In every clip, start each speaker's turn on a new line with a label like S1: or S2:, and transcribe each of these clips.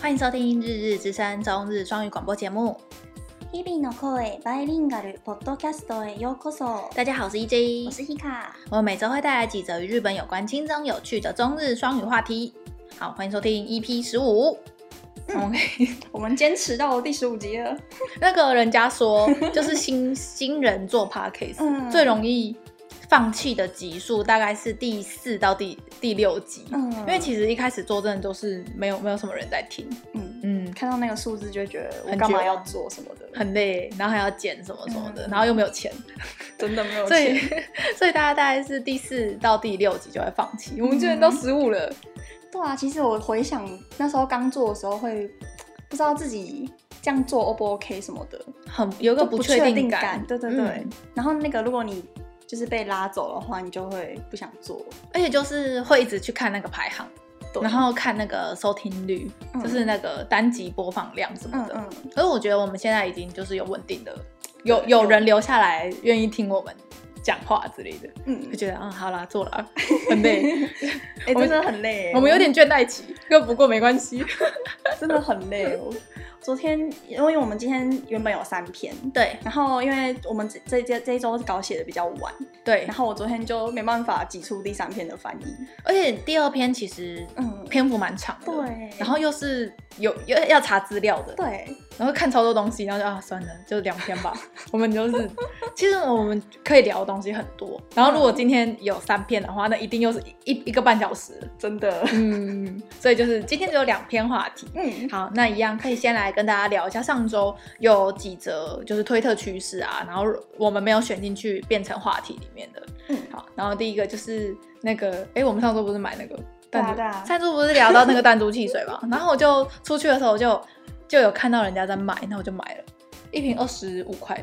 S1: 欢迎收听《日日之声》中日双语广播节目。
S2: 日々の声 Bilingual Podcast へようこそ。
S1: 大家好，我是 EJ，
S2: 我是 Hika。
S1: 我们每周会带来几则与日本有关、轻松有趣的中日双语话题。好，欢迎收听 EP 十五。OK，
S2: 我们坚持到第十五集了。
S1: 那个人家 说，就是新新人做 podcast、
S2: 嗯
S1: 最容易放弃的集数，大概是第四到第第六集。
S2: 嗯，
S1: 因为其实一开始做真的都是没有没有什么人在听，
S2: 嗯，
S1: 嗯，
S2: 看到那个数字就会觉得我
S1: 很
S2: 干嘛
S1: 绝望
S2: 要做什么的，
S1: 很累，然后还要剪什么什么的，
S2: 嗯
S1: 然后又没有钱，
S2: 真的没有
S1: 所以
S2: 钱。
S1: 所以大家大概是第四到第六集就会放弃。我们居然到十五了，
S2: 对啊，其实我回想那时候刚做的时候，会不知道自己这样做 O 不 OK 什么的，
S1: 很有一个
S2: 就不
S1: 确
S2: 定
S1: 感。
S2: 对对对。
S1: 嗯
S2: 然后那个如果你就是被拉走的话，你就会不想做。
S1: 而且就是会一直去看那个排行，
S2: 对
S1: 然后看那个收听率，
S2: 嗯
S1: 就是那个单集播放量什么
S2: 嗯
S1: 的。
S2: 嗯，
S1: 可是我觉得我们现在已经就是有稳定的，有有人留下来愿意听我们讲话之类的，
S2: 嗯
S1: 就，觉得嗯好啦，做了，很累，
S2: 哎、真的很累耶。
S1: 我们有点倦怠期， 又不过没关系。
S2: 真的很累 哦。昨天，因为我们今天原本有三篇，
S1: 对
S2: 然后因为我们这这这这一周稿写的比较晚，
S1: 对
S2: 然，后我昨天就没办法挤出第三篇的翻译。
S1: 而且第二篇其实
S2: 嗯，
S1: 篇幅蛮长的，
S2: 对
S1: 然后又是有要要查资料的，
S2: 对，
S1: 然后看超多东西，然后就啊算了，就两篇吧。 我们就是，其实我们可以聊的东西很多。然后如果今天有三篇的话，那一定又是一一一个半小时。
S2: 真的，
S1: 嗯， 所以就是今天只有两篇话题。
S2: 嗯
S1: 好，那一样可以先来跟大家聊一下上周有几则就是推特趋势啊，然后我们没有选进去变成话题里面的。
S2: 嗯，
S1: 好，然后第一个就是那个，哎、我们上周不是买那个
S2: 对啊
S1: 弹珠，
S2: 对啊
S1: 上周不是聊到那个弹珠汽水嘛？然后我就出去的时候我就就有看到人家在买，那我就买了一瓶二十五块，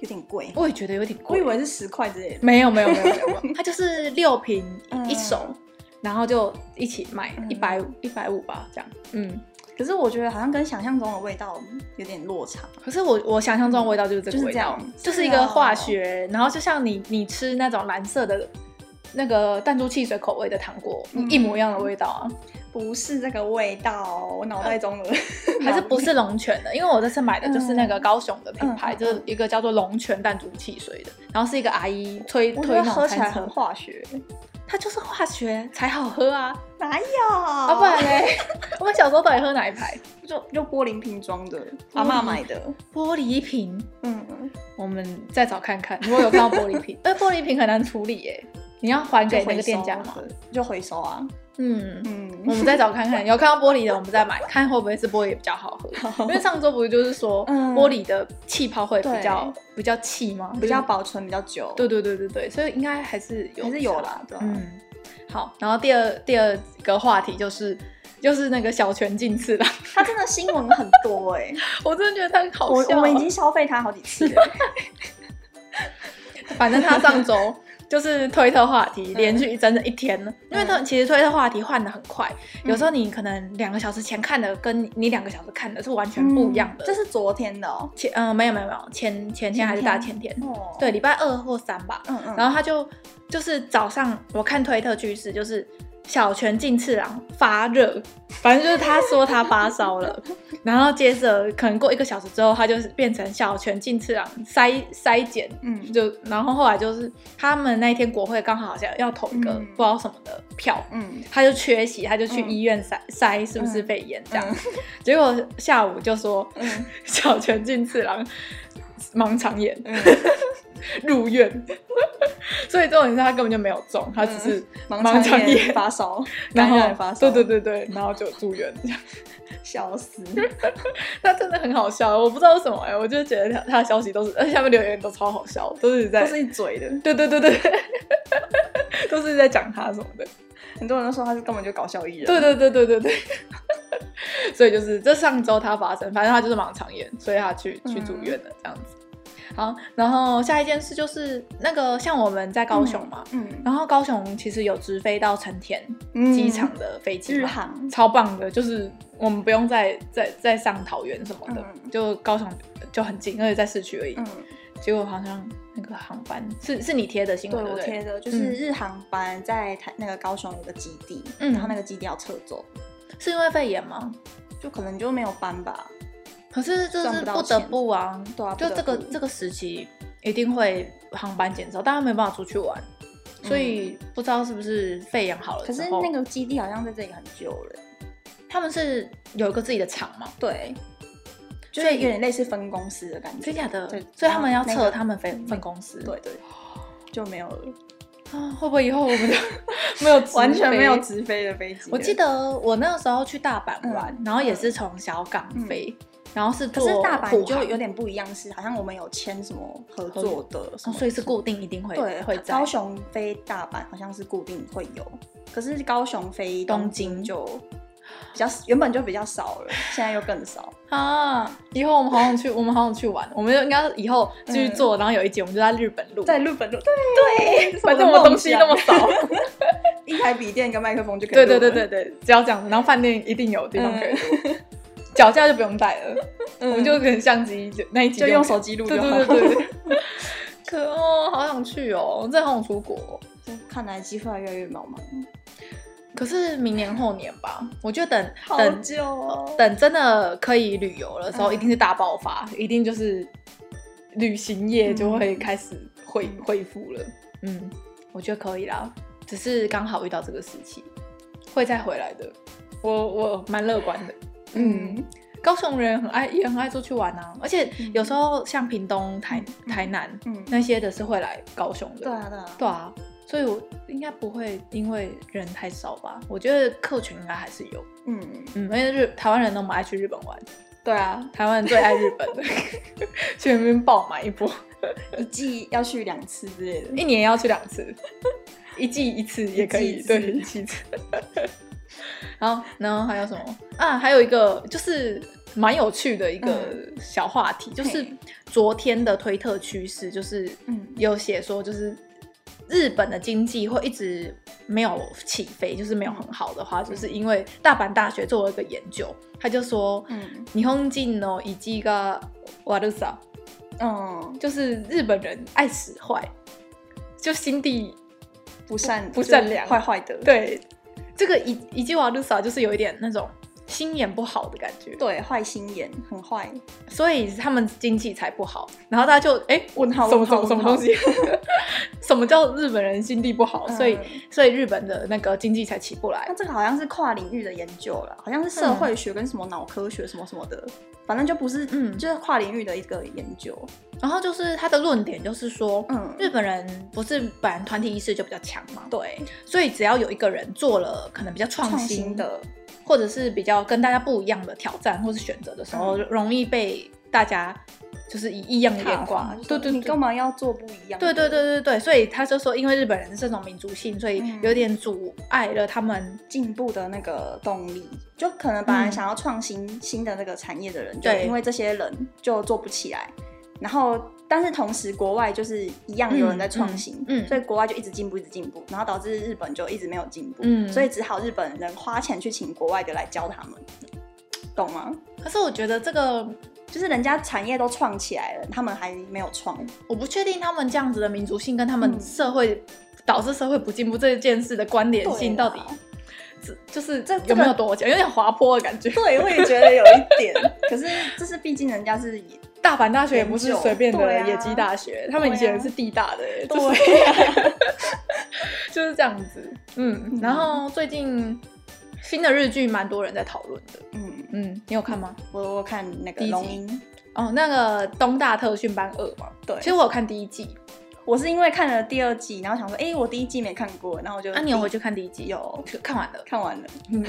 S2: 有点贵，
S1: 我也觉得有点
S2: 我
S1: 贵。
S2: 以为是十块之类的。
S1: 没有没有没有没有，它就是六瓶
S2: 嗯
S1: 一手，然后就一起卖
S2: 嗯
S1: 一百五一百五吧，这样。嗯，
S2: 可是我觉得好像跟想象中的味道有点落差。
S1: 可是我我想象中的味道就是这
S2: 就是
S1: 个
S2: 这
S1: 味道，
S2: 样
S1: 就是
S2: 是
S1: 一个
S2: 哦
S1: 化学，然后就像你你吃那种蓝色的那个弹珠汽水口味的糖果，
S2: 嗯
S1: 一模一样的味道啊，
S2: 不是这个味道，我脑袋中的
S1: 还是不是龙泉的？因为我这次买的就是那个高雄的品牌，
S2: 嗯嗯嗯
S1: 就是一个叫做龙泉弹珠汽水的，然后是一个阿姨推
S2: 我
S1: 推
S2: 觉得
S1: 那种
S2: 哦喝起来
S1: 餐车
S2: 很化学，
S1: 它就是化学才好喝啊，
S2: 哪有？
S1: 啊
S2: 啊
S1: 不然嘞，我们小时候到底喝哪一排？
S2: 就就玻璃瓶装的，
S1: 阿
S2: 阿
S1: 嬷
S2: 妈
S1: 买
S2: 买的，
S1: 玻璃瓶，
S2: 嗯，
S1: 我们再找看看，如果有看到玻璃 瓶，哎，玻璃瓶很难处理耶、你要还给那个店家吗？
S2: 就回收啊，
S1: 嗯， 我
S2: 嗯
S1: 们再找看看，有看到玻璃的我们再买，看会不会是玻璃比较好喝。因为上周不是就是说、
S2: 嗯
S1: 玻璃的气泡会比较比较气吗？
S2: 比较。保存比较久，
S1: 对对对对对，所以应该还是有
S2: 还是有。啦，对啊，
S1: 嗯，好，然后第二第二个话题就是就是那个小泉进次郎，
S2: 它真的新闻很多哎，
S1: 我真的觉得他很好
S2: 我
S1: 笑啊、
S2: 我们已经消费它好几次了，
S1: 反正他上周 就是推特话
S2: 嗯
S1: 题连续整整一天了，因为他其实推特话题换的很快，
S2: 嗯
S1: 有时候你可能两个小时前看的跟你两个小时看的是完
S2: 嗯
S1: 全不一样的。
S2: 这是昨天的哦，
S1: 前嗯、没有没有没有前前天还是大前天，
S2: 哦，
S1: 嗯对，礼拜二或三吧。
S2: 嗯嗯，
S1: 然
S2: 后
S1: 后他就就是早上我看推特趋势，就是小泉进次郎发热， 反正就是他说他发烧了， 然后接着可能过一个小时之后，他就是变成小泉进次郎筛筛检，
S2: 嗯
S1: 就然后后来就是他们那一天国会刚好好像要投一个
S2: 嗯
S1: 不知道什么的票，
S2: 嗯，
S1: 他就缺席，他就去
S2: 嗯
S1: 医院筛筛是不是
S2: 嗯
S1: 肺炎这
S2: 这
S1: 样，
S2: 样，
S1: 结果下午就说
S2: 嗯
S1: 小泉进次郎盲肠炎
S2: 嗯，
S1: 入院， 所以重点是他根本就没有中，他只是、盲
S2: 盲
S1: 肠
S2: 肠
S1: 炎
S2: 炎 发烧，
S1: 然
S2: 嗯感
S1: 后
S2: 染发烧，
S1: 对对，对对，然后就住院这样。
S2: 笑死，
S1: 他真的很好笑，我不知道为什么哎、我就觉得他他的消息都是，而且下面留言都超好笑，都是在
S2: 都是一 嘴的，
S1: 对对对对，都是在讲他什么的。
S2: 很多人都说他是根本就搞笑艺人，
S1: 对，对对对对 对。所以就是这上周他发生，反正他就是盲肠炎，所以他去去住院
S2: 嗯
S1: 了这样子。好，然后下一件事就是那个像我们在高雄嘛，
S2: 嗯，
S1: 然后高雄其实有直飞到成田
S2: 嗯
S1: 机场的飞机
S2: 日
S1: 嘛，
S2: 航，
S1: 超棒的，就是我们不用再再再上桃园什么的，
S2: 嗯
S1: 就高雄就很近，而且在市区而已。
S2: 嗯，
S1: 结果好像那个航班是是你贴的新
S2: 对
S1: 闻对
S2: 我
S1: 不对？嗯
S2: 贴的，就是日航班在台那个高雄有个基地，
S1: 嗯
S2: 然后那个基地要撤走，
S1: 是因为肺炎吗？
S2: 就就可能就没有班吧。
S1: 可是这
S2: 赚
S1: 是
S2: 不到
S1: 不得不啊，
S2: 对啊
S1: 就
S2: 不得
S1: 这个
S2: 不
S1: 这个时期一定会航班减少，大家没办法出去玩，所以不知道是不是肺炎好了
S2: 嗯可
S1: 之
S2: 是
S1: 后
S2: 那个基地好像在这里很久了，
S1: 他们是有一个自己的厂嘛，
S2: 对，就
S1: 所
S2: 是
S1: 以
S2: 有点类似分公司的感觉
S1: 真。假的
S2: 对，
S1: 所以他们要
S2: 那
S1: 撤
S2: 个
S1: 他们分分公司，
S2: 对对，就没有了，
S1: 啊，会不会以后我们就 没有
S2: 完全没有
S1: 直飞
S2: 直飞的飞机了。
S1: 我记得我那个时候去大阪玩，
S2: 嗯
S1: 然后也是从小港飞，然后是
S2: 可
S1: 坐
S2: 是大阪
S1: 虎
S2: 就
S1: 航
S2: 有点不一样，是好像我们有签什么合作的什
S1: 哦，
S2: 么，
S1: 所以是固定一定会
S2: 对
S1: 会在
S2: 高雄飞大阪好像是固定会有，可是高雄飞
S1: 东
S2: 东
S1: 京
S2: 京就比较原本就比较少了，现在又更少。
S1: 啊！以后我们好想去，我们好想去玩，我们就应该以后继
S2: 嗯
S1: 续做，然后有一集我们就在日本录，
S2: 在日本就 对 对，
S1: 反正我们东西
S2: 啊
S1: 那么，少，
S2: 一台笔电跟麦克风就可以。
S1: 对对对对，对，只要这样子，然后饭店一定有地方可以录，脚架就不用带了，
S2: 嗯
S1: 我们就跟相机就那一集
S2: 就用手机录
S1: 对
S2: 就好。
S1: 对对 对，可哦，好想去哦，我真的好想出国哦、
S2: 看来机会越来越渺茫，
S1: 可是明年后年吧，我觉得等等
S2: 久哦
S1: 等真的可以旅游了之后，
S2: 嗯
S1: 一定是大爆发，一定就是旅行业就会开始恢
S2: 嗯
S1: 恢复了。嗯，我觉得可以啦，只是刚好遇到这个时期，会再回来的。我我蛮乐观的。嗯
S2: 嗯，
S1: 高雄人很爱也很爱出去玩啊，而且有时候像屏东、台
S2: 嗯
S1: 台南
S2: 嗯，
S1: 那些的是会来高雄的。
S2: 对啊对啊，
S1: 对啊，所以我应该不会因为人太少吧？我觉得客群应该还是有，
S2: 嗯
S1: 嗯，因为日台湾人那么爱去日本玩，
S2: 对啊，
S1: 台湾人最爱日本了， 去那边爆买一波，
S2: 一季要去两次之类的。
S1: 一年要去两次， 一季一次也可以，
S2: 一季一次
S1: 对，一季一次。 好，然后还有什么啊？还有一个就是蛮有趣的一个小话题，就是
S2: 嗯嘿
S1: 昨天的推特趋势，就是
S2: 嗯
S1: 有写说，就是日本的经济会一直没有起飞，就是没有很好的话，就是因为大阪大学做了一个研究，他就说，
S2: 嗯
S1: 日本人の一季が悪さ，
S2: 嗯，
S1: 就是日本人爱使坏，就心地
S2: 不善
S1: 不善良
S2: 坏坏的，
S1: 对这个一一季瓦鲁萨就是有一点那种心眼不好的感觉，
S2: 对坏心眼很坏，
S1: 所以他们经济才不好。然后大家就哎
S2: 问号
S1: 什么
S2: 问
S1: 什
S2: 号
S1: 么什么东西？ 什么叫日本人心地不好？所以
S2: 嗯
S1: 所以日本的那个经济才起不来
S2: 那。这个好像是跨领域的研究了，好像是社会学跟什么脑科学什么什么的，反正就不是，
S1: 嗯
S2: 就是跨领域的一个研究。
S1: 然后就是他的论点就是说，
S2: 嗯，
S1: 日本人不是本来团体意识就比较强嘛，
S2: 对
S1: 所以只要有一个人做了可能比较创
S2: 创
S1: 新
S2: 新
S1: 的，
S2: 的，
S1: 或者是比较跟大家不一样的挑战或是选择的时候，
S2: 嗯
S1: 容易被大家就是以异样的眼光
S2: 就，是
S1: 对对
S2: 你
S1: 对
S2: 干。嘛要做不一样？
S1: 对对对，对对，所以他就说，因为日本人是这种民族性，所以
S2: 嗯
S1: 有点阻碍了他们。
S2: 进步的那个动力，就可能本来
S1: 嗯
S2: 想要创新新的那个产业的人，就
S1: 对
S2: 因为这些人就做不起来，然后。但是同时，国外就是一样
S1: 嗯
S2: 有人在创新，
S1: 嗯嗯
S2: 所以国外就一直进步，一直进步，然后导致日本就一直没有进步，
S1: 嗯
S2: 所以只好日本人花钱去请国外的来教他们，懂吗？
S1: 可是我觉得这个，
S2: 就是人家产业都创起来了，他们还没有创，
S1: 我不确定他们这样子的民族性跟他们
S2: 嗯
S1: 社会、导致社会不进步这件事的关联性
S2: 对
S1: 到
S2: 啦
S1: 底，这就是
S2: 这
S1: 有没有
S2: 这个
S1: 多讲，有点滑坡的感觉。
S2: 对，我也觉得有一点，可是这是毕竟人家是
S1: 大阪大学也不是
S2: 研究
S1: 随便的
S2: 对啊
S1: 野鸡大学，他们以前
S2: 对啊
S1: 是地大的、欸，就是
S2: 对啊，
S1: 就是 这样子。嗯，
S2: 嗯
S1: 然后最近新的日剧蛮多人在讨论的。
S2: 嗯，
S1: 嗯，你有看吗？
S2: 我我看那
S1: 第
S2: 个
S1: 一集
S2: 龙樱，
S1: 哦，那个东大特训班二嘛。
S2: 对
S1: 其实我有看第一季，
S2: 我是因为看了第二季，然后想说，哎、我第一季没看过，然后我就
S1: 啊，你有回去看第一季？
S2: 有
S1: 去，看完了。
S2: 看完了，
S1: 嗯，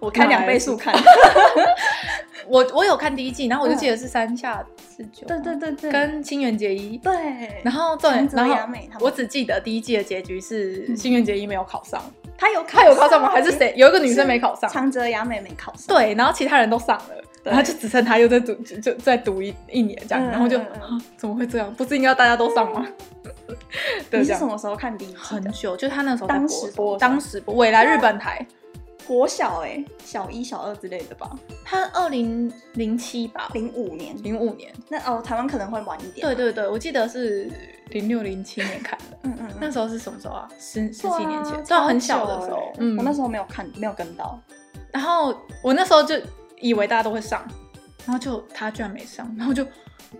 S2: 我看两倍速看，
S1: 我我有看第一季，然后我就记得是山下智久，
S2: 嗯对对对对，
S1: 跟清源结衣。
S2: 对，
S1: 然后重点，
S2: 长泽
S1: 然
S2: 雅
S1: 后
S2: 美他们
S1: 我只记得第一季的结局是
S2: 嗯
S1: 清源结衣没有考上，
S2: 他有
S1: 她有考上吗？还是谁？有一个女生没考上，
S2: 长泽雅美没考上，
S1: 对，然后其他人都上了，
S2: 对
S1: 然后就只剩他又在读，就就再读一一年这样，
S2: 嗯
S1: 然后就、
S2: 嗯嗯
S1: 啊怎么会这样？不是应该大家都上 吗？对，
S2: 你
S1: 这
S2: 是什
S1: 样
S2: 么时候看第一季
S1: 很
S2: 的？
S1: 久，就他那时候在
S2: 当
S1: 国
S2: 时播
S1: 当时播未来日本台，
S2: 国小哎、小一、小二之类的吧，
S1: 他二零零七吧，
S2: 零五年，
S1: 零五年，
S2: 那哦，台湾可能会晚一点，
S1: 对，对对，我记得是零六零七年看的。
S2: 嗯嗯嗯
S1: 那。时候是什么时候啊？十十
S2: 对啊
S1: 几年前，对、
S2: 超
S1: 很小的时候
S2: 欸。
S1: 嗯
S2: 我，那时候没有看，没有跟到，
S1: 然后我那时候就以为大家都会上，然后就他居然没上，然后就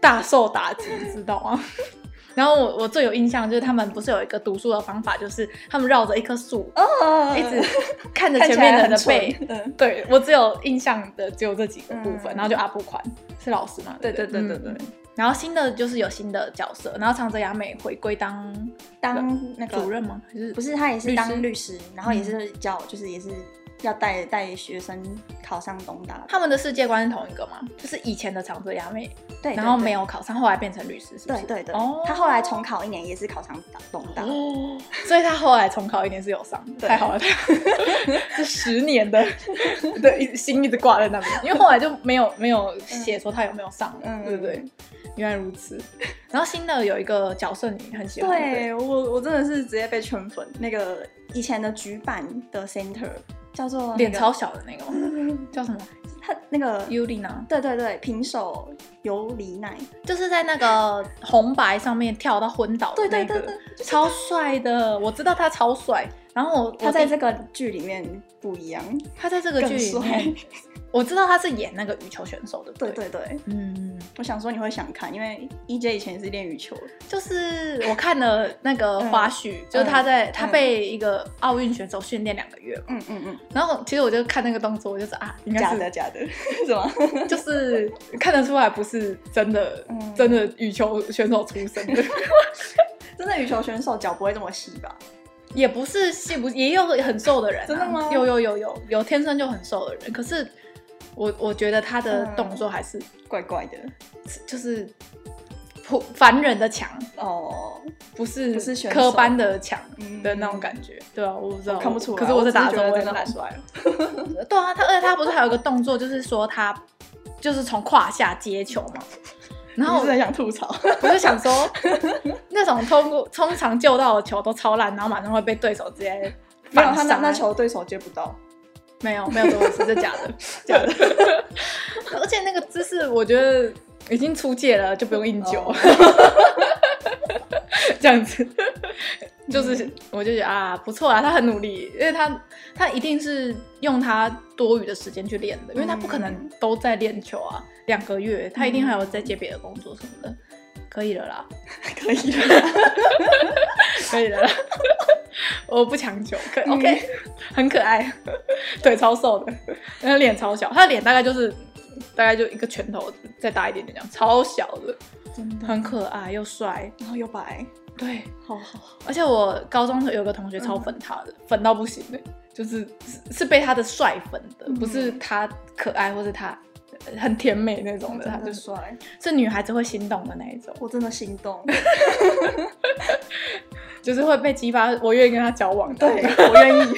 S1: 大受打击，你知道 吗？然后我我最有印象就是他们不是有一个读书的方法，就是他们绕着一棵树
S2: 哦
S1: 一直看着
S2: 看
S1: 前
S2: 起
S1: 面的人
S2: 来很
S1: 的背。
S2: 蠢，嗯，
S1: 对我只有印象的只有这几个部分，
S2: 嗯
S1: 然后就阿布宽是老师嘛，
S2: 对
S1: 对
S2: 对
S1: 不
S2: 对对
S1: 嗯
S2: 对，
S1: 然后新的就是有新的角色，然后长泽雅美回归当
S2: 当那个
S1: 主任吗？还是
S2: 不是他也
S1: 律
S2: 是
S1: 师
S2: 当律师，嗯然后也是教，就是也是要带带学生考上东大的，
S1: 他们的世界观是同一个吗？就是以前的长泽雅美，
S2: 对，
S1: 然后没
S2: 有，
S1: 有考上，后来变成律师，是不
S2: 对
S1: 是？
S2: 对对
S1: 哦，
S2: 他后来重考一年也是考上东大，
S1: 哦，所以他后来重考一年是有上的，
S2: 对
S1: 太好了，太好了这十年的的一心一直挂在那边， 因为后来就没有没有写说他有没有上，
S2: 嗯
S1: 对不对？原来如此。然后新的有一个角色你很喜欢，
S2: 对我我真的是直接被圈粉，那个以前的局版的 center 叫做那
S1: 不
S2: 个
S1: 对，脸超小的那个吗叫什么
S2: 他那个。
S1: 尤丽娜，
S2: 对对对，平手游离奈，
S1: 就是在那个红白上面跳到昏倒的
S2: 对
S1: 那
S2: 对
S1: 个，
S2: 对对，
S1: 超帅的，我知道他超帅。然后我
S2: 他
S1: 我
S2: 在
S1: 第
S2: 这个剧里面不一样，
S1: 他在这个剧
S2: 更
S1: 里
S2: 帅
S1: 面，。我知道他是演那个羽球选手的，
S2: 对
S1: 对
S2: 对对，
S1: 嗯，
S2: 我想说你会想看，因为 EJ 以前也是练羽球的，
S1: 就是我看了那个
S2: 嗯
S1: 花絮，就是他在、他被一个奥运选手训练两个月嘛，
S2: 嗯嗯嗯，
S1: 然后其实我就看那个动作，我就是啊，应该
S2: 假
S1: 是
S2: 的假的， 是吗？
S1: 就是看得出来不是真的、
S2: 嗯
S1: 真的羽球选手出身的，
S2: 真的羽球选手脚不会这么细吧？
S1: 也不是细不也有很瘦的人、啊，
S2: 真的吗
S1: 有有有有有天生就很瘦的人，可是我我觉得他的
S2: 嗯
S1: 动作还是、
S2: 怪怪的
S1: 就是普凡人的强，
S2: 哦，
S1: 不是
S2: 不是选手
S1: 科班的强
S2: 嗯
S1: 的那种感觉，对啊，我不知道，
S2: 我看不出来
S1: 可是我在打的时候
S2: 我
S1: 我
S2: 只是
S1: 真的
S2: 觉得
S1: 好
S2: 真
S1: 帅哦。 对啊，他而且他不是还有一个动作，就是说他就是从胯下接球嘛。然后
S2: 我是很想吐槽，
S1: 我就想说，那种通过通常救到的球都超烂，然后马上会被对手直接
S2: 没
S1: 反
S2: 有他那
S1: 杀
S2: 那球对手接不到，
S1: 没有没有这回事，这假 的假的。而且那个姿势，我觉得已经出界了，就不用硬久。
S2: 哦
S1: 这样子，就是、我就觉得啊，不错啊，他很努力，因为他他一定是用他多余的时间去练的，因为他不可能
S2: 嗯
S1: 都在练球啊，两个月他一定还有在接别的工作什么的，可以了啦，
S2: 可 以了，
S1: 可以了嗯啦， 我不强求，可 OK，很可爱， 腿超瘦的，然后脸超小，他的脸大概就是大概就一个拳头再大一点点这样，超小的，
S2: 真的，
S1: 很可爱又帅，
S2: 然后又白，
S1: 对，
S2: 好好，
S1: 而且我高中有个同学超粉他的，粉到不行的，就是是是被他的帅粉的，
S2: 嗯
S1: 不是他可爱或是他呃很甜美那种的，他就
S2: 真的
S1: 是
S2: 帅，
S1: 是女孩子会心动的那一种，
S2: 我真的心动，
S1: 就是会被激发我愿意跟他交往的
S2: 对我愿意，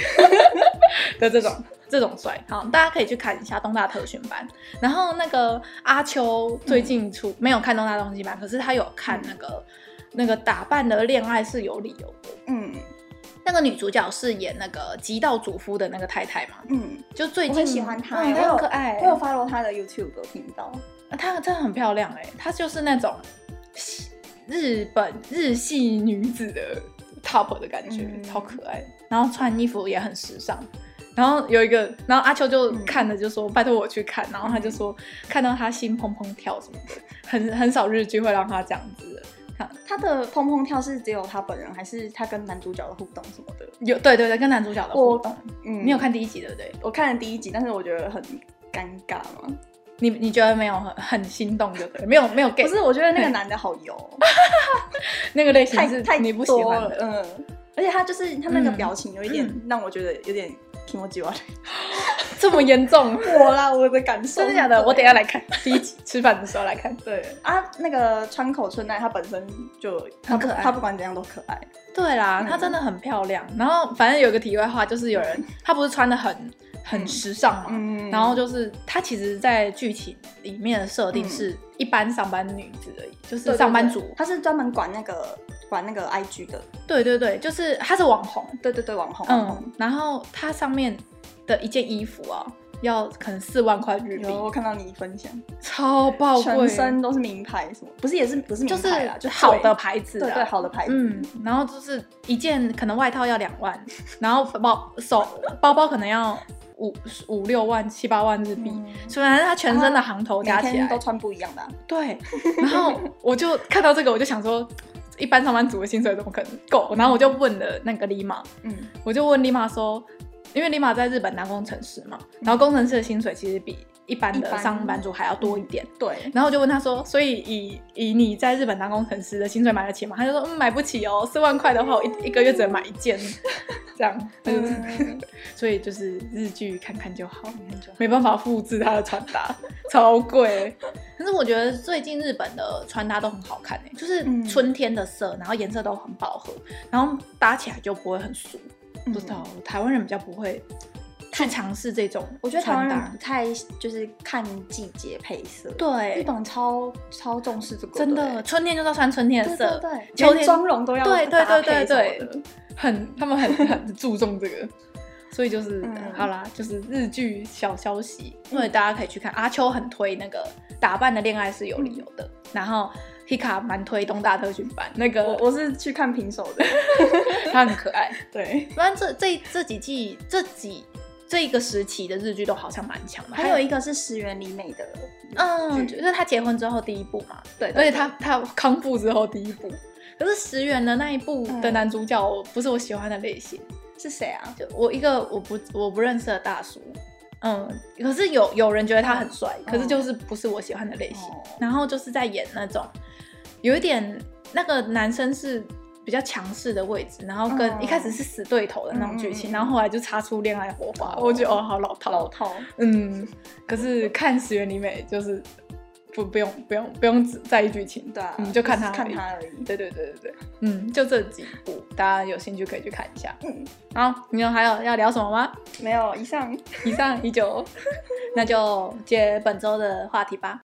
S1: 的这种这种帅。好，大家可以去看一下东大特训班。然后那个阿秋最近
S2: 嗯
S1: 出、没有看东大特训班，可是他有看那个、那个打扮的恋爱是有理由的。
S2: 嗯
S1: 那个女主角是演那个极道主夫的那个太太嘛？
S2: 嗯，
S1: 就最近
S2: 我很喜欢她
S1: 嗯
S2: 我
S1: 她
S2: 有
S1: 很可爱
S2: 我，有 follow 他的 YouTube 的频道，
S1: 她真的很漂亮哎、她就是那种日本日系女子的 top 的感觉，
S2: 嗯
S1: 超可爱。然后穿衣服也很时尚。然后有一个，然后阿秋就
S2: 嗯
S1: 看了就说：“拜托我去看。”然后他就说看到她心砰砰跳什么的，很很少日剧会让她这样子的。
S2: 他的砰砰跳是只有他本人，还是他跟男主角的互动什么的？
S1: 有对对对，跟男主角的互
S2: 我
S1: 动，
S2: 嗯
S1: 你有？看第一集对不对？
S2: 我看了第一集，但是我觉得很尴尬嘛。
S1: 你你觉得没有很很心动就对，没有没有 get，
S2: 不是，我觉得那个男的好油，哦
S1: 那个类型
S2: 太
S1: 是
S2: 太
S1: 你不喜欢
S2: 多
S1: 的
S2: 了，嗯。而且他就是他那个
S1: 嗯
S2: 表情有一点让我觉得有点听我计 划
S1: 这么严重？
S2: 我啦，我的感受
S1: 真的假的？我等一下来看 第一集，吃饭的时候来看。
S2: 对啊，那个川口春奈她本身就她
S1: 很可爱
S2: 她不管怎样都可爱。
S1: 对啦，
S2: 嗯
S1: 她真的很漂亮。然后反正有一个题外话，就是有人她不是穿的很很时尚嘛，
S2: 嗯
S1: 然后就是她其实，在剧情里面的设定
S2: 嗯
S1: 是一般上班女子而已，就
S2: 对
S1: 是上班族。
S2: 她是专门管那个管那个 IG 的，
S1: 对对对，就是她是网红，
S2: 对对对，网红。网
S1: 嗯，然后她上面的一件衣服啊，要可能四万块日
S2: 红
S1: 币，
S2: 有我看到你分享，
S1: 超爆贵，
S2: 全身都是名牌，什么不是也是不是
S1: 就
S2: 名
S1: 是
S2: 牌啦，就
S1: 好的
S2: 牌
S1: 牌子、
S2: 对
S1: 啊，
S2: 对对好的牌子，
S1: 嗯，然后就是一件可能外套要两万，然后包手包包可能要五五六万、七八万日币，
S2: 嗯哦
S1: 所以反正他全身的行头
S2: 每
S1: 加起来、
S2: 天都穿不一样的啊、
S1: 对，然后我就看到这个，我就想说，一般上班族的薪水怎么可能够？然后我就问了那个丽玛，
S2: 嗯，
S1: 我就问丽玛说，因为丽玛在日本当工程师嘛，然后工程师的薪水其实比一般
S2: 一
S1: 的
S2: 般
S1: 上班族还要多一点。
S2: 对，
S1: 然后我就问他说，所以以以你在日本当工程师的薪水买得起吗？他就说，嗯，买不起哦，四万块的话，我一一个月只能买一件， 这样。他就是
S2: 嗯
S1: 所以就是日剧看看就好。
S2: 嗯就
S1: 没办法复制它的穿搭，超贵。可是我觉得最近日本的穿搭都很好看诶、就是
S2: 嗯
S1: 春天的色，然后颜色都很饱和，然后搭起来就不会很俗。
S2: 嗯
S1: 不知道台湾人比较不会去尝试这种
S2: 我觉得台湾
S1: 穿搭，
S2: 人不太就是看季节配色，，日
S1: 对，
S2: 本超超重视这个，欸
S1: 真的春天就是要穿春天的
S2: 对
S1: 色，
S2: 对对，
S1: 秋
S2: 秋
S1: 天
S2: 天妆容都要
S1: 对对对
S2: 搭配
S1: 对
S2: 什么
S1: 对
S2: 的，
S1: 很他们很很注重这个。 所以就是、
S2: 嗯
S1: 好啦，就是日剧小消息，所以大家可以去看。阿秋很推那个打扮的恋爱是有理由的，然后 Hika 蛮推东大特训班，那
S2: 我
S1: 个
S2: 我是去看 平手的，
S1: 他很可 爱。
S2: 对，
S1: 反正这这这几季这几这一个时期的日剧都好像蛮强的，
S2: 还有一个是石原里美的，
S1: 嗯，
S2: 剧
S1: 就是他结婚之后第一部嘛，
S2: 啊对，
S1: 而且
S2: 对
S1: 他他康复之后第一部。可是石原的那一部的
S2: 嗯
S1: 男主角我不是我喜欢的类型，
S2: 是谁啊？
S1: 就我一个我不我不认识的大叔，嗯，可是有有人觉得他很帅，可是就是不是我喜欢的类型。
S2: 嗯哦
S1: 然后就是在演那种有一点那个男生是比较强势的位置，然后跟、
S2: 嗯
S1: 一开始是死对头的那种剧情，
S2: 嗯嗯嗯
S1: 然后后来就擦出恋爱火花，我觉得哦好老套，
S2: 老套，
S1: 嗯，可是看石原里美就是不不用不用不用只在意剧情，
S2: 对啊，
S1: 嗯，就看他
S2: 是看
S1: 而已
S2: 他而已。
S1: 对对对对对，嗯，就这几部，大家有兴趣可以去看一下。
S2: 嗯，
S1: 好，你有还有要聊什么吗？
S2: 没有以上。
S1: 以上已久，那就接本周的话题吧。